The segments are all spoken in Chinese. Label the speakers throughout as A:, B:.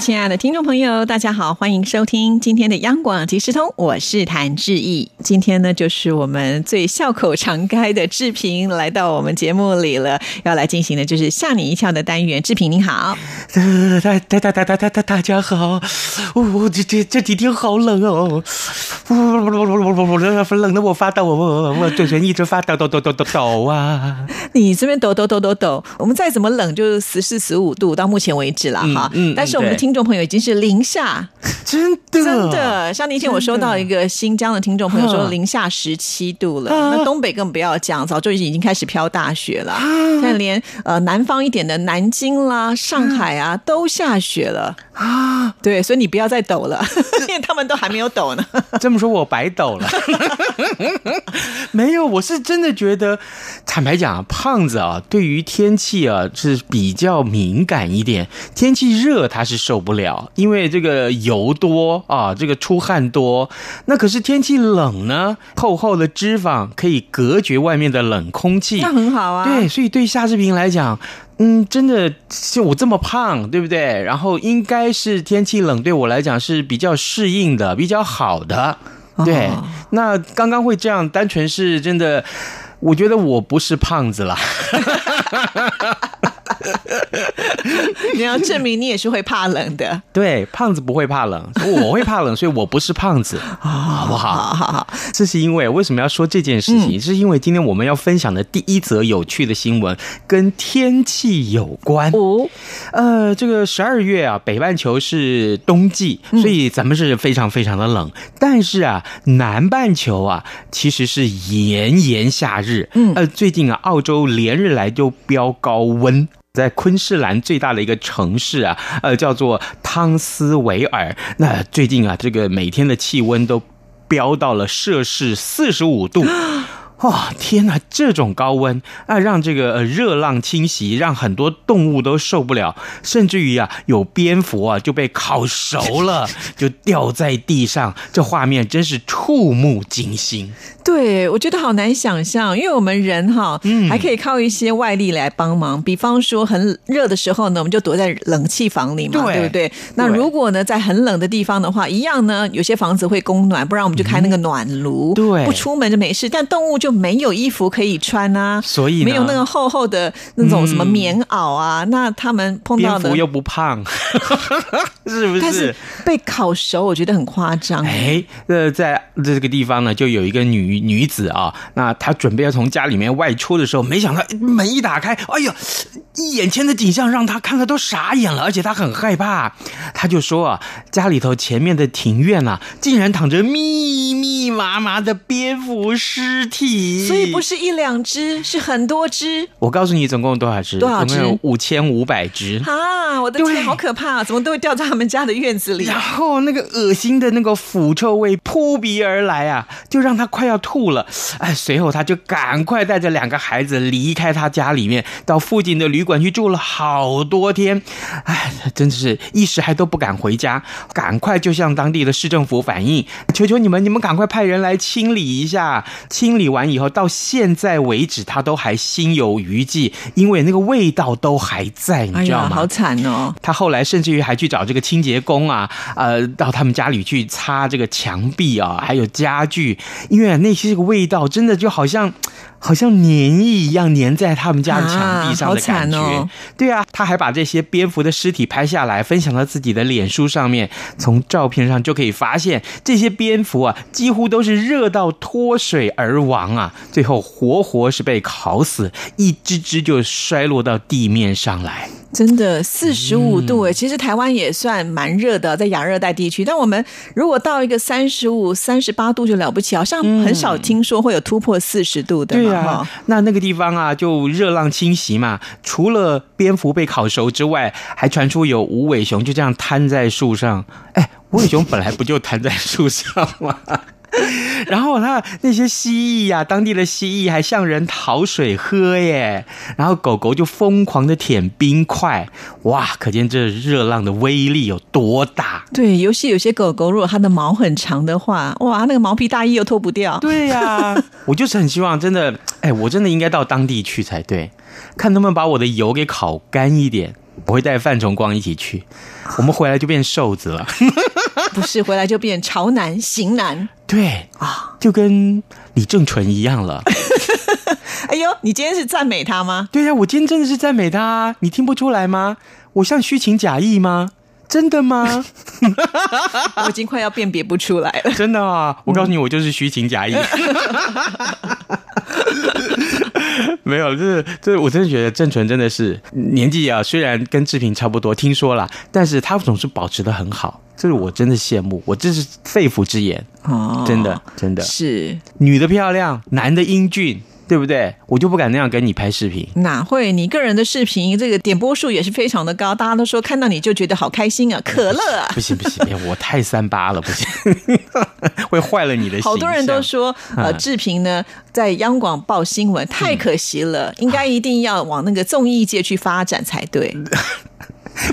A: 亲爱的听众朋友，大家好，欢迎收听今天的央广即时通，我是谭志毅。今天呢，就是我们最笑口常开的志平来到我们节目里了，要来进行的就是吓你一跳的单元。志平你好，
B: 呃大大大大大大大大家好，我、我这这这几天好冷哦，我我我我我我冷的我发抖，我我我嘴唇一直发抖抖抖抖抖抖啊！
A: 你这边抖抖抖抖抖，我们再怎么冷就是十四十五度，到目前为止了哈、
B: 嗯嗯
A: 但是我们的
B: 对
A: 听众朋友已经是零下，
B: 真
A: 真
B: 的
A: 的，像那天我收到一个新疆的听众朋友说
B: 嗯
A: 零下十七度了，
B: 啊
A: 那东北更不要讲，早就已经开始飘大雪了。现在连呃南方一点的南京啦、上海啊都下雪了。
B: 啊！
A: 对，所以你不要再抖了， 因为他们都还没有抖 呢。
B: 这么说，我白抖了。没有，我是真的觉得，坦白讲，胖子啊，对于天气啊是比较敏感一点。天气热他是受不了，因为这个油多啊，这个出汗多。那可是天气冷呢，厚厚的脂肪可以隔绝外面的冷空气。
A: 那 很好啊。
B: 对，所以对夏志平来讲，嗯，真的像我这么胖，对不对？然后应该是天气冷对我来讲是比较适应的，比较好的。对，
A: 哦
B: 那刚刚会这样，单纯是真的，我觉得我不是胖子啦。
A: 你要证明你也是会怕冷的。
B: 对，胖子不会怕冷，我会怕冷，所以我不是胖子，好不好？
A: 好好好，
B: 这是因为为什么要说这件事情？是因为今天我们要分享的第一则有趣的新闻跟天气有关。
A: 五、
B: 呃，这个十二月啊，北半球是冬季，所以咱们是非常非常的冷。但是啊，南半球啊，其实是炎炎夏日。
A: 嗯
B: 呃，最近啊，澳洲连日来就飙高温。在昆士兰最大的一个城市啊，呃，叫做汤斯维尔。那最近啊，这个每天的气温都飙到了摄氏四十 五度。哇、天哪！这种高温啊，让这个呃热浪侵袭，让很多动物都受不了，甚至于啊，有蝙蝠啊就被烤熟 了，就掉在地上。这画面真是触目惊心。
A: 对，我觉得好难想象，因为我们人哈，
B: 嗯
A: 还可以靠一些外力来帮忙。比方说，很热的时候呢，我们就躲在冷气房里嘛，对
B: 对
A: 不对？那
B: 对
A: 如果呢，在很冷的地方的话，一样呢，有些房子会供暖，不然我们就开那个暖炉，
B: 嗯对
A: 不出门就没事。但动物就没有衣服可以穿啊，
B: 所以呢嗯
A: 没有那个厚厚的那种什么棉袄啊，那他们碰到
B: 蝙
A: 的
B: 蝠，又不胖， 是不
A: 但是被烤熟，我觉得很夸张。
B: 哎，呃，在这个地方呢，就有一个女女子啊，那她准备要从家里面外出的时候，没想到门一打开，哎呦，眼前的景象让她看了都傻眼了，而且她很害怕。她就说啊，家里头前面的庭院啊，竟然躺着密密麻麻的蝙蝠尸体，
A: 所以不。是一两只，是很多只。
B: 我告诉你，总共有多少只？
A: 多少只
B: 总共有五千五百只。
A: 啊！我的
B: 对
A: 天，好可怕、怎么都会掉在他们家的院子里？
B: 然后那个恶心的那个腐臭味扑鼻而来啊，就让他快要吐了。哎，随后他就赶快带着两个孩子离开他家里面，到附近的旅馆去住了好多天。哎，真是一时还都不敢回家，赶快就向当地的市政府反映，求求你们，你们赶快派人来清理一下。清理完以后，到现在为止，他都还心有余悸，因为那个味道都还在，
A: 哎
B: 你知道
A: 呀，
B: 吗？
A: 好惨哦！
B: 他后来甚至于还去找这个清洁工啊，呃，到他们家里去擦这个墙壁啊，还有家具，因为那些个味道真的就好像。好像粘液一样粘在他们家的墙壁上的感觉，
A: 啊好惨哦
B: 对啊，他还把这些蝙蝠的尸体拍下来，分享到自己的脸书上面。从照片上就可以发现，这些蝙蝠啊，几乎都是热到脱水而亡啊，最后活活是被烤死，一只只就摔落到地面上来。
A: 真的四十
B: 嗯
A: 五度哎、其实台湾也算蛮热的，在亚热带地区。但我们如果到一个三十五、三十八度就了不起，好像很少听说会有突破四十度的嘛。
B: 对
A: 哈
B: 啊，那那个地方啊，就热浪侵袭嘛。除了蝙蝠被烤熟之外，还传出有无尾熊就这样瘫在树上。哎，无尾熊本来不就瘫在树上吗？ 然后它那些蜥蜴呀、当地的蜥蜴还向人讨水喝耶，然后狗狗就疯狂的舔冰块，哇，可见这热浪的威力有多大。
A: 对，尤其有些狗狗，如果它的毛很长的话，哇，那个毛皮大衣又脱不 掉。
B: 对呀、我就是很希望，真的，哎，我真的应该到当地去才对，看他们把我的油给烤干一点。我会带范崇光一起去，我们回来就变瘦子了。
A: 不是回来就变潮男型男。
B: 对啊，就跟李正淳一样了。
A: 哎呦，你今天是赞美他吗？
B: 对呀、我今天真的是赞美他、啊，你听不出来吗？我像虚情假意吗？真的吗？
A: 我已经快要辨别不出来了。
B: 真的啊！我告诉你，我就是虚情假意。 没有，就是这，我真的觉得郑淳真的是年纪啊，虽然跟志平差不多，听说啦，但是他总是保持的很好，这是我真的羡慕，我这是肺腑之言，
A: 哦
B: 真的真的，
A: 是
B: 女的漂亮，男的英俊，对不对？我就不敢那样跟你拍视频。
A: 哪会？你个人的视频这个点播数也是非常的高，大家都说看到你就觉得好开心
B: 嗯
A: 啊，可乐啊。
B: 不行不行，哎我太三八了，不行， 会坏了你的形象。
A: 好多人都说，呃，
B: 嗯
A: 志平呢在央广报新闻太可惜了，应该一定要往那个综艺界去发展才对。
B: 嗯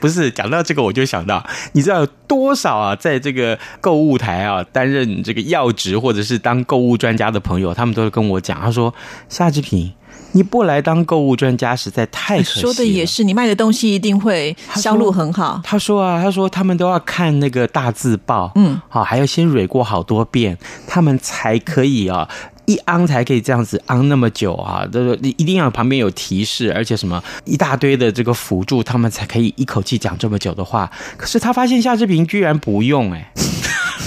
B: 不是，讲到这个我就想到，你知道有多少啊，在这个购物台啊担任这个要职或者是当购物专家的朋友，他们都会跟我讲，他说夏志平，你不来当购物专家实在太可惜了。
A: 说的也是，你卖的东西一定会销路很好。
B: 他说啊，他说他们都要看那个大字报，嗯，好、还要先蕊过好多遍，他们才可以啊。一昂才可以这样子昂那么久啊！这个一定要旁边有提示，而且什么一大堆的这个辅助，他们才可以一口气讲这么久的话。可是他发现夏志平居然不用哎、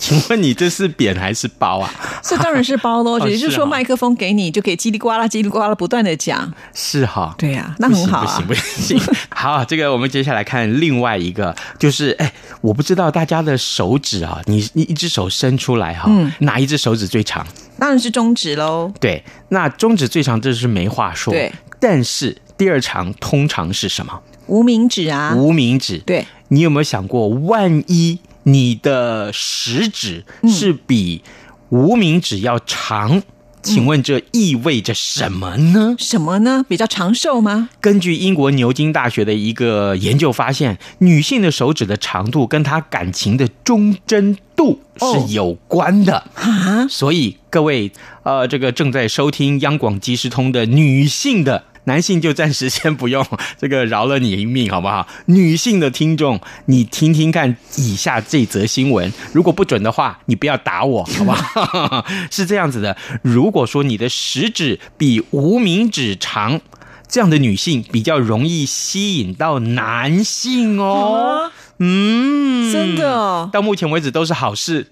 B: 请问你这是扁还是包啊？
A: 这当然是包 喽，
B: 哦
A: 也就是
B: 是
A: 说
B: 哦
A: 麦克风给你，就可以叽里呱啦、叽里呱啦不断的讲。
B: 是哈，
A: 对呀、那很好
B: 不
A: 啊
B: 行。不行不行。 好，这个我们接下来看另外一个，就是哎，我不知道大家的手指啊，你你一只手伸出来哈、
A: 嗯
B: 哪一只手指最长？
A: 当然是中指喽。
B: 对，那中指最长这是没话说。
A: 对，
B: 但是第二长通常是什么？
A: 无名指啊，
B: 无名指。，
A: 对，
B: 你有没有想过，万一你的食指
A: 嗯
B: 是比无名指要长？请问这意味着什么呢？
A: 什么呢？比较长寿吗？
B: 根据英国牛津大学的一个研究发现，女性的手指的长度跟她感情的忠贞度是有关的。
A: 啊，
B: 所以各位，呃，这个正在收听央广即时通的女性的。男性就暂时先不用， 这个饶了你一命，好不好？女性的听众，你听听看以下这则新闻，如果不准的话，你不要打我，好不好？ 是这样子的，如果说你的食指比无名指长，这样的女性比较容易吸引到男性哦。嗯，
A: 啊真的哦
B: 到目前为止都是 好事，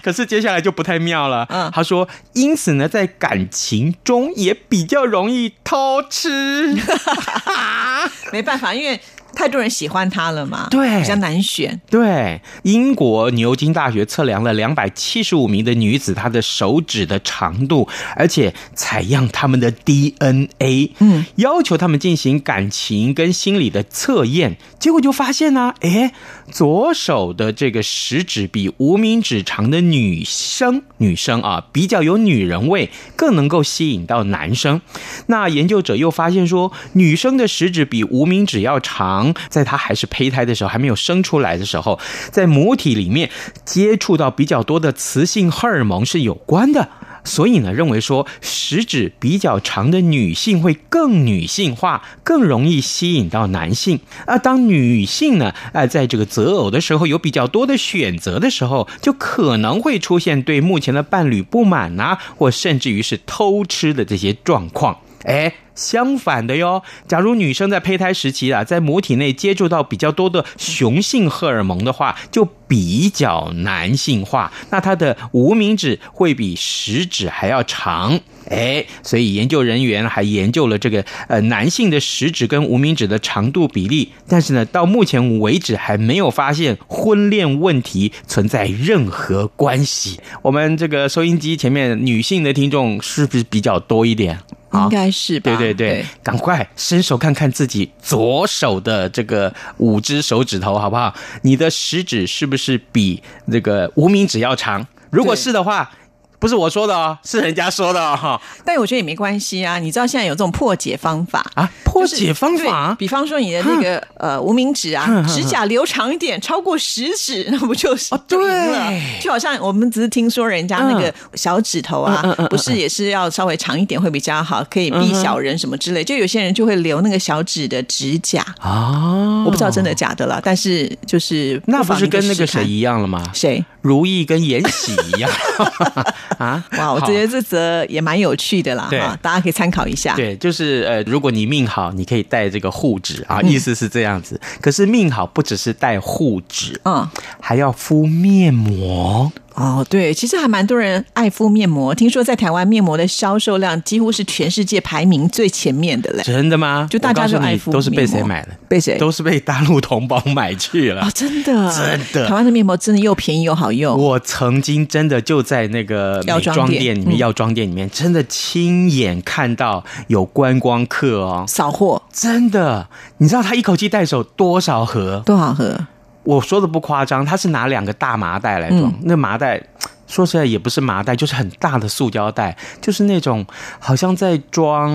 B: 可是接下来就不太妙了。
A: 嗯
B: 他说，因此呢，在感情中也比较容易偷吃。
A: 没办法，因为太多人喜欢他了嘛，
B: 对
A: 比较难选。
B: 对，英国牛津大学测量了两百七十五名的女子她的手指的长度，而且采样她们的 DNA，嗯，要求她们进行感情跟心理的测验，结果就发现呢、诶，左手的这个食指比无名指长的女生，女生啊比较有女人味，更能够吸引到男生。那研究者又发现说，女生的食指比无名指要长，在她还是胚胎的时候，还没有生出来的时候，在母体里面接触到比较多的雌性荷尔蒙是有关的。所以呢，认为说食指比较长的女性会更女性化，更容易吸引到男性。啊，当女性呢，啊，在这个择偶的时候有比较多的选择的时候，就可能会出现对目前的伴侣不满呐、或甚至于是偷吃的这些状况。哎，相反的哟，假如女生在胚胎时期啊，在母体内接触到比较多的雄性荷尔蒙的话，就比较男性化，那她的无名指会比食指还要长。哎，所以研究人员还研究了这个呃男性的食指跟无名指的长度比例，但是呢，到目前为止还没有发现婚恋问题存在任何关系。我们这个收音机前面女性的听众是不是比较多一点？
A: 应该是吧？
B: 对对啊对，赶快伸手看看自己左手的这个五只手指头，好不好？你的食指是不是比这个无名指要长？如果
A: 对
B: 是的话，不是我说的哦，是人家说的哦。哈
A: 但我觉得也没关系啊。你知道现在有这种破解方法。
B: 啊， 破
A: 就是
B: 解方
A: 对
B: 法，
A: 比方说你的那个呃无名指啊
B: 哼，哼
A: 指甲留长一点，超过食指， 那不就是
B: 哦
A: 就赢了
B: 对嗯
A: 就好像我们只是听说人家那个小指头啊
B: 嗯嗯嗯嗯，
A: 不是也是要稍微长一点会比较好，可以避小人什么之类。就有些人就会留那个小指的指甲，
B: 啊，
A: 我不知道真的假的啦，但是就是
B: 那不
A: 妨
B: 是
A: 你就
B: 跟那个
A: 试看
B: 谁一样了吗？
A: 谁
B: 如意跟延禧一 样啊！
A: 哇，我
B: 好
A: 觉得这则也蛮有趣的啦，
B: 对
A: 哈，大家可以参考一下。
B: 对，就是呃，如果你命好，你可以带这个护指啊，意思是这样子。可是命好不只是带护指，
A: 嗯，
B: 还要敷面膜。
A: 哦，对，其实还蛮多人爱敷面膜，听说在台湾面膜的销售量几乎是全世界排名最前面的嘞，
B: 真的吗？
A: 就大家
B: 我告诉
A: 都爱
B: 你
A: 敷
B: 都是被
A: 面膜
B: 谁买的？
A: 被谁？
B: 都是被大陆同胞买去了
A: 哦，。真的，
B: 真的
A: 台湾的面膜真的又便宜又好用。
B: 我曾经真的就在那个
A: 药
B: 美
A: 妆
B: 妆
A: 店
B: 店里
A: 嗯
B: 面、药妆店里面，真的亲眼看到有观光客哦，
A: 扫货
B: 真的，你知道他一口气带走多少盒？
A: 多好喝，
B: 我说的不夸张，他是拿两个大麻袋来装，
A: 嗯
B: 那麻袋。说实在也不是麻袋，就是很大的塑胶袋，就是那种好像在装，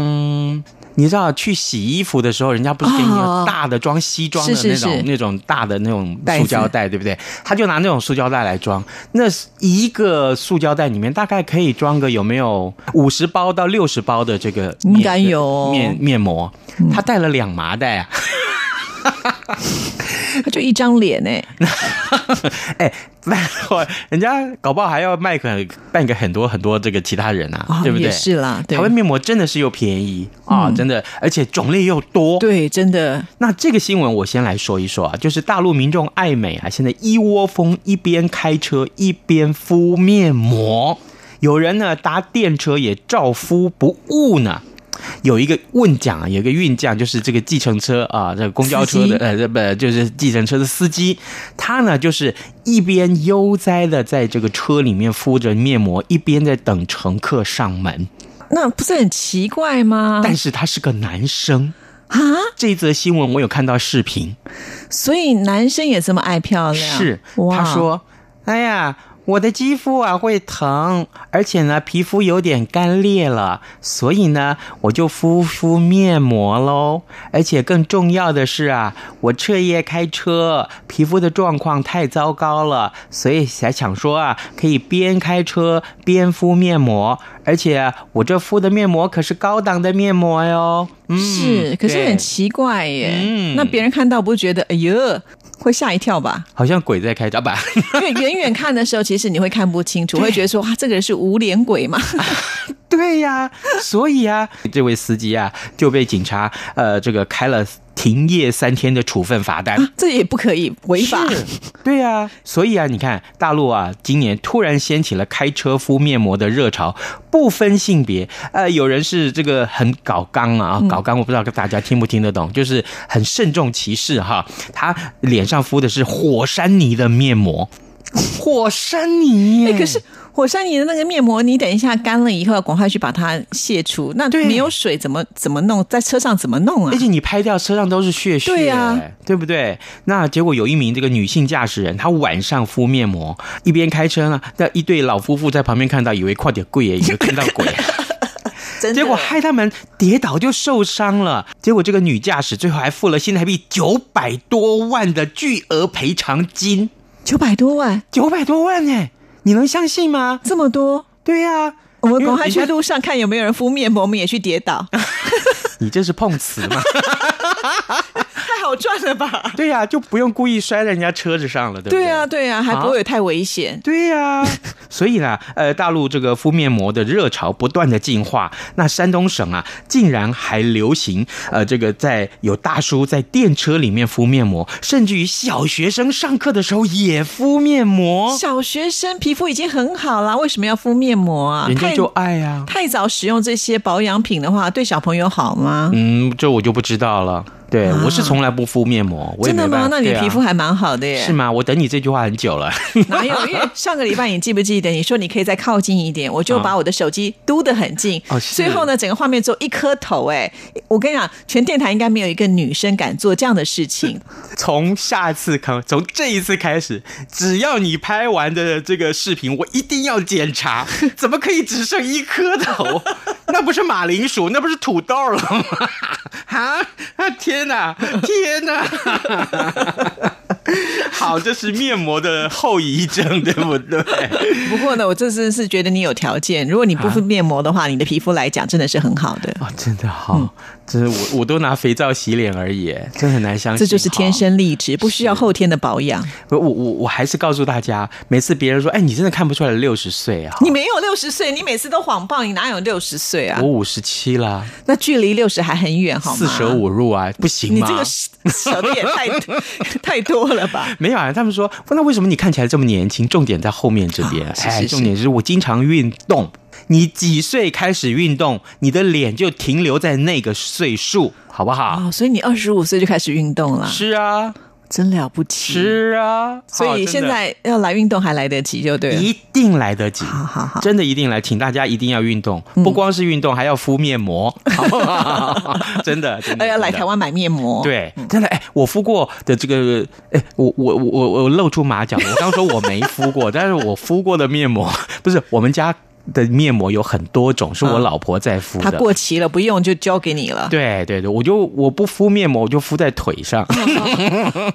B: 你知道去洗衣服的时候，人家不是给你
A: 哦
B: 大的装西装的那
A: 是
B: 种
A: 是是
B: 那种大的那种
A: 袋子
B: 塑胶袋，对不对？他就拿那种塑胶袋来装，那一个塑胶袋里面大概可以装个有没有五十包到六十包的这个面
A: 应该有嗯哦
B: 面面膜，他带了两麻袋啊。
A: 它就一张脸 哎，
B: 哎，那我人家搞不好还要卖个卖给很多很多这个其他人啊，
A: 哦
B: 对不对？
A: 也是啦，对嗯
B: 台湾面膜真的是又便宜啊、真的，而且种类又多。
A: 对，真的
B: 那这个新闻我先来说一说啊，就是大陆民众爱美啊，现在一窝蜂一边开车一边敷面膜，有人呢搭电车也照敷不误呢。有一个问讲啊，有一个运将，就是这个计程车啊，这个公交车
A: 司机
B: 的呃，这不就是计程车的司机，他呢就是一边悠哉的在这个车里面敷着面膜，一边在等乘客上门，
A: 那不是很奇怪吗？
B: 但是他是个男生。
A: 啊，
B: 这一则新闻我有看到视频，
A: 所以男生也这么爱漂亮，
B: 是，他说：“哎呀，我的肌肤啊会疼，而且呢皮肤有点干裂了，所以呢我就敷敷面膜喽。而且更重要的是啊，我彻夜开车，皮肤的状况太糟糕了，所以才想说啊，可以边开车边敷面膜。而且我这敷的面膜可是高档的面膜哟。嗯，
A: 是，可是
B: 对
A: 很奇怪耶。
B: 嗯
A: 那别人看到不觉得哎呦会吓一跳 吧？
B: 好像鬼在开闸吧。不”
A: 因为远远看的时候，其实你会看不清楚，
B: 对
A: 会觉得说啊哇，这个人是无脸鬼嘛？
B: 对呀、所以啊，这位司机啊就被警察呃这个开了停业三天的处分罚单。
A: 这也不可以违法。
B: 是啊对呀、所以啊，你看大陆啊，今年突然掀起了开车敷面膜的热潮，不分性别，呃，有人是这个很搞刚啊，搞刚，我不知道大家听不听得懂，就是很慎重其事哈。他脸上敷的是火山泥的面膜， 火山泥耶、
A: 哎，可是火山泥的那个面膜，你等一下干了以后，要赶快去把它卸除。那
B: 对哎
A: 没有水怎么怎么弄？在车上怎么弄啊
B: 而？且你拍掉车上都是血血，
A: 对呀
B: 对不对？那结果有一名这个女性驾驶人，她晚上敷面膜，一边开车呢，那一对老夫妇在旁边看到，以为快点跪耶，以为看到鬼，
A: 真的
B: 结果害他们跌倒就受伤了。结果这个女驾驶最后还付了新台币九百多万的巨额赔偿金，
A: 九百多万，
B: 九百多万呢，你能相信吗？
A: 这么多。
B: 对呀、
A: 我们
B: 因为
A: 赶快
B: 人
A: 去
B: 家
A: 路上看有没有人敷面膜，我们也去跌 倒，
B: 你这是碰瓷吗？
A: 太好赚了吧？
B: 对呀、就不用故意摔在人家车子上了，对不
A: 对啊，对啊，还不会有太危险。
B: 对呀、 所以呢，呃，大陆这个敷面膜的热潮不断的进化，那山东省啊，竟然还流行呃，这个在有大叔在电车里面敷面膜，甚至于小学生上课的时候也敷面膜，
A: 小学生皮肤已经很好啦，为什么要敷面膜啊？
B: 人家
A: 太
B: 就爱啊。嗯
A: 太早使用这些保养品的话，对小朋友好吗？
B: 嗯，这我就不知道了。对、
A: 啊
B: 我是从来不敷面膜，我也
A: 真
B: 没
A: 的
B: 办
A: 吗？
B: 法
A: 那你
B: 对啊
A: 皮肤还蛮好的耶。
B: 是吗？我等你这句话很久了。
A: 哪有？因为上个礼拜你记不记得，你说你可以再靠近一点， 我就把我的手机嘟得很近。
B: 哦是
A: 最后呢，整个画面只有一颗头、哎，我跟你讲，全电台应该没有一个女生敢做这样的事 情。
B: 从下次开，从这一次开始，只要你拍完的这个视频，我一定要检 查，怎么可以只剩一颗 头？那不是马铃薯，那不是土豆了吗？ 啊啊！天哪，天哪！ 好，这是面膜的后遗症，对不 对？
A: 不过呢，我这次是觉得你有条件，如果你不敷面膜的话，你的皮肤来讲真的是很好的。
B: 啊、真的好，这我我都拿肥皂洗脸而已，真很难相信。
A: 这就是天
B: 好
A: 生丽质，不需要后天的保养。
B: 我我我我还是告诉大家，每次别人说，哎，你真的看不出来六十岁啊，
A: 你没有六十岁，你每次都谎报，你哪有六十岁啊
B: 我？五十七啦，
A: 那距离六十还很远，好吗？
B: 四舍，五入啊，不行
A: 你
B: 吗？
A: 这个舍的也太 太多了吧？
B: 没有啊，他们说那为什么你看起来这么年轻？重点在后面这边，
A: 啊是
B: 哎，
A: 是
B: 重点是我经常运动。你几岁开始运动，你的脸就停留在那个岁数，好不好？
A: 哦，所以你二十五岁就开始运动了，
B: 啊是啊，
A: 真了不起。，
B: 是啊，
A: 所以
B: 好
A: 现
B: 真的
A: 在要来运动还来得及，就对了。啊
B: 一定来得及，
A: 好好好嗯
B: 真的一定来，请大家一定要运动，不光是运动，还要敷面膜，好不好？ 真的，真的
A: 呃，要来
B: 真的
A: 台湾买面膜，，
B: 对，真的哎，我敷过的这个哎，我我我我我露出马脚了。我刚说我没敷过， 但是我敷过的面膜 不是我们家的面膜有很多种，是我
A: 嗯
B: 老婆在敷
A: 它
B: 的。
A: 过期了不用就交给你了。
B: 对对对，我就我不敷面膜，我就敷在腿上。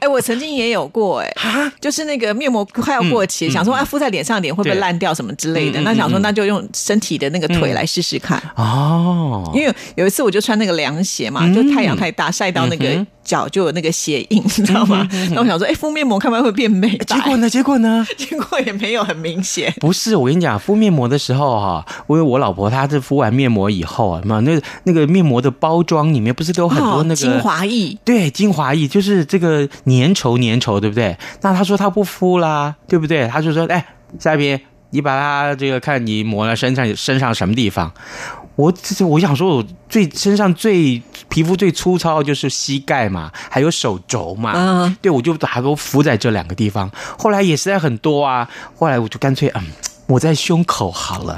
A: 哎，我曾经也有过，哎，
B: 啊
A: 就是那个面膜快要过期，想说啊敷在脸上脸会不会
B: 嗯对
A: 烂掉什么之类的，
B: 嗯嗯
A: 那想说
B: 嗯
A: 那就用身体的那个腿来试试看。
B: 哦，
A: 嗯因为有一次我就穿那个凉鞋嘛，就太阳太大晒到那
B: 嗯
A: 个
B: 哼
A: 脚就有那个鞋印， 你知道吗？那我想说，哎，敷面膜看不看会变美
B: 结
A: 白？
B: 果呢？结果呢？
A: 结果也没有很明显。
B: 不是，我跟你讲，敷面膜的时候哈、因为我老婆她是敷完面膜以后啊，嘛那那个面膜的包装里面不是都有很多
A: 哦
B: 那个、
A: 精华液，
B: 对，精华液就是这个粘稠粘稠，对不对？那他说他不敷啦，对不对？他就说，哎，下一边你把它这个看你抹了身上身上什么地方？我这这我想说，我最身上最皮肤最粗糙的就是膝盖嘛，还有手肘嘛。
A: 嗯
B: 对，我就把它都敷在这两个地方。后来也实在很多啊，后来我就干脆嗯。抹在胸口好了，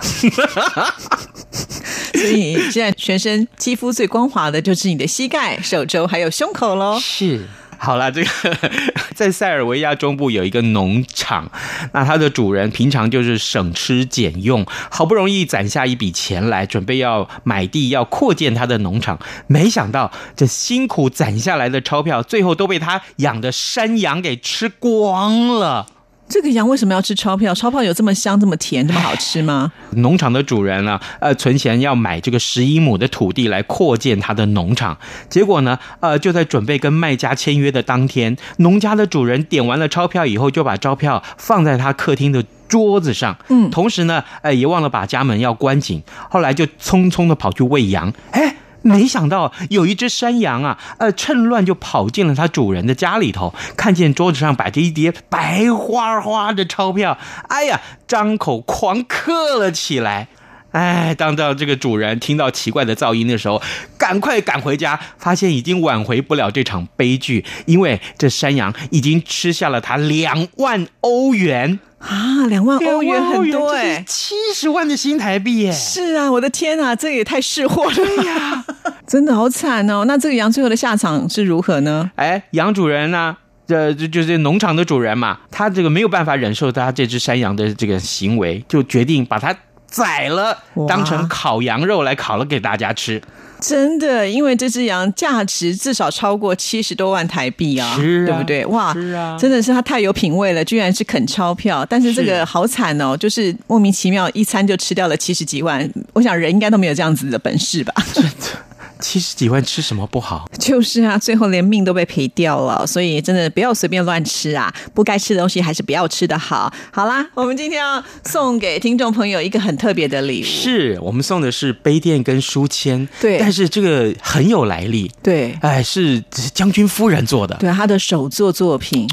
A: 所以你现在全身肌肤最光滑的就是你的膝盖、手肘还有胸口喽。
B: 是。好啦，这个 在塞尔维亚中部有一个农场，那它的主人平常就是省吃俭用，好不容易攒下一笔钱来，准备要买地要扩建他的农场，没想到这辛苦攒下来的钞票，最后都被他养的山羊给吃光了。
A: 这个羊为什么要吃钞票？钞票有这么香、这么甜、这么好吃吗？
B: 农场的主人呢、呃，存钱要买这个十一亩的土地来扩建他的农场。结果呢，呃，就在准备跟卖家签约的当天，农家的主人点完了钞票以后，就把钞票放在他客厅的。桌子上，嗯，同时呢，呃，也忘了把家门要关紧，后来就匆匆的跑去喂羊，哎，没想到有一只山羊啊，呃，趁乱就跑进了它主人的家里头，看见桌子上摆着一叠白花花的钞票，哎呀，张口狂嗑了起来。哎，当到这个主人听到奇怪的噪音的时候，赶快赶回家，发现已经挽回不了这场悲剧，因为这山羊已经吃下了他两万欧元，
A: 啊，两万欧元很多哎、
B: 七十万的新台币耶！
A: 是啊，我的天啊，这也太识货了！对呀、 真的好惨哦。那这个羊最后的下场是如何呢？
B: 哎，羊主人呢、这这就是农场的主人嘛，他这个没有办法忍受他这只山羊的这个行为，就决定把它宰了，
A: 哇
B: 当成烤羊肉来烤了给大家吃。
A: 真的，因为这只羊价值至少超过七十多万台币啊，
B: 是啊
A: 对不对？哇，
B: 是啊
A: 真的是他太有品味了，居然是啃钞票。但是这个好惨哦，就是莫名其妙一餐就吃掉了七十几万。我想人应该都没有这样子的本事吧？
B: 七十几万吃什么不好？
A: 就是啊，最后连命都被赔掉了，所以真的不要随便乱吃啊！不该吃的东西还是不要吃的好。好啦，我们今天要送给听众朋友一个很特别的礼物，
B: 是我们送的是杯垫跟书签，
A: 对
B: 但是这个很有来历，
A: 对
B: 哎，是是将军夫人做的。
A: 对，他的手作作品。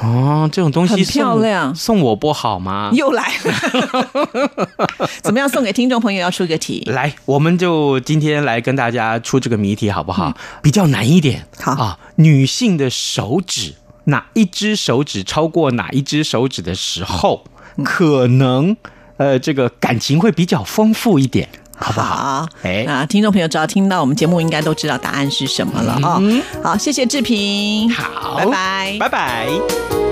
B: 哦，这种东西
A: 很
B: 送
A: 漂亮
B: 送我不好吗？
A: 又来了， 怎么样送给听众朋友要出一个题？
B: 来，我们就今天来跟大家出这个谜题好不好？比较难一点。
A: 嗯好
B: 啊，女性的手指哪一只手指超过哪一只手指的时候，
A: 嗯
B: 可能呃这个感情会比较丰富一点，好不好？
A: 好，
B: 哎
A: 那听众朋友只要听到我们节目，应该都知道答案是什么了啊、哦。好，谢谢志平，
B: 嗯好，
A: 拜拜
B: 拜拜。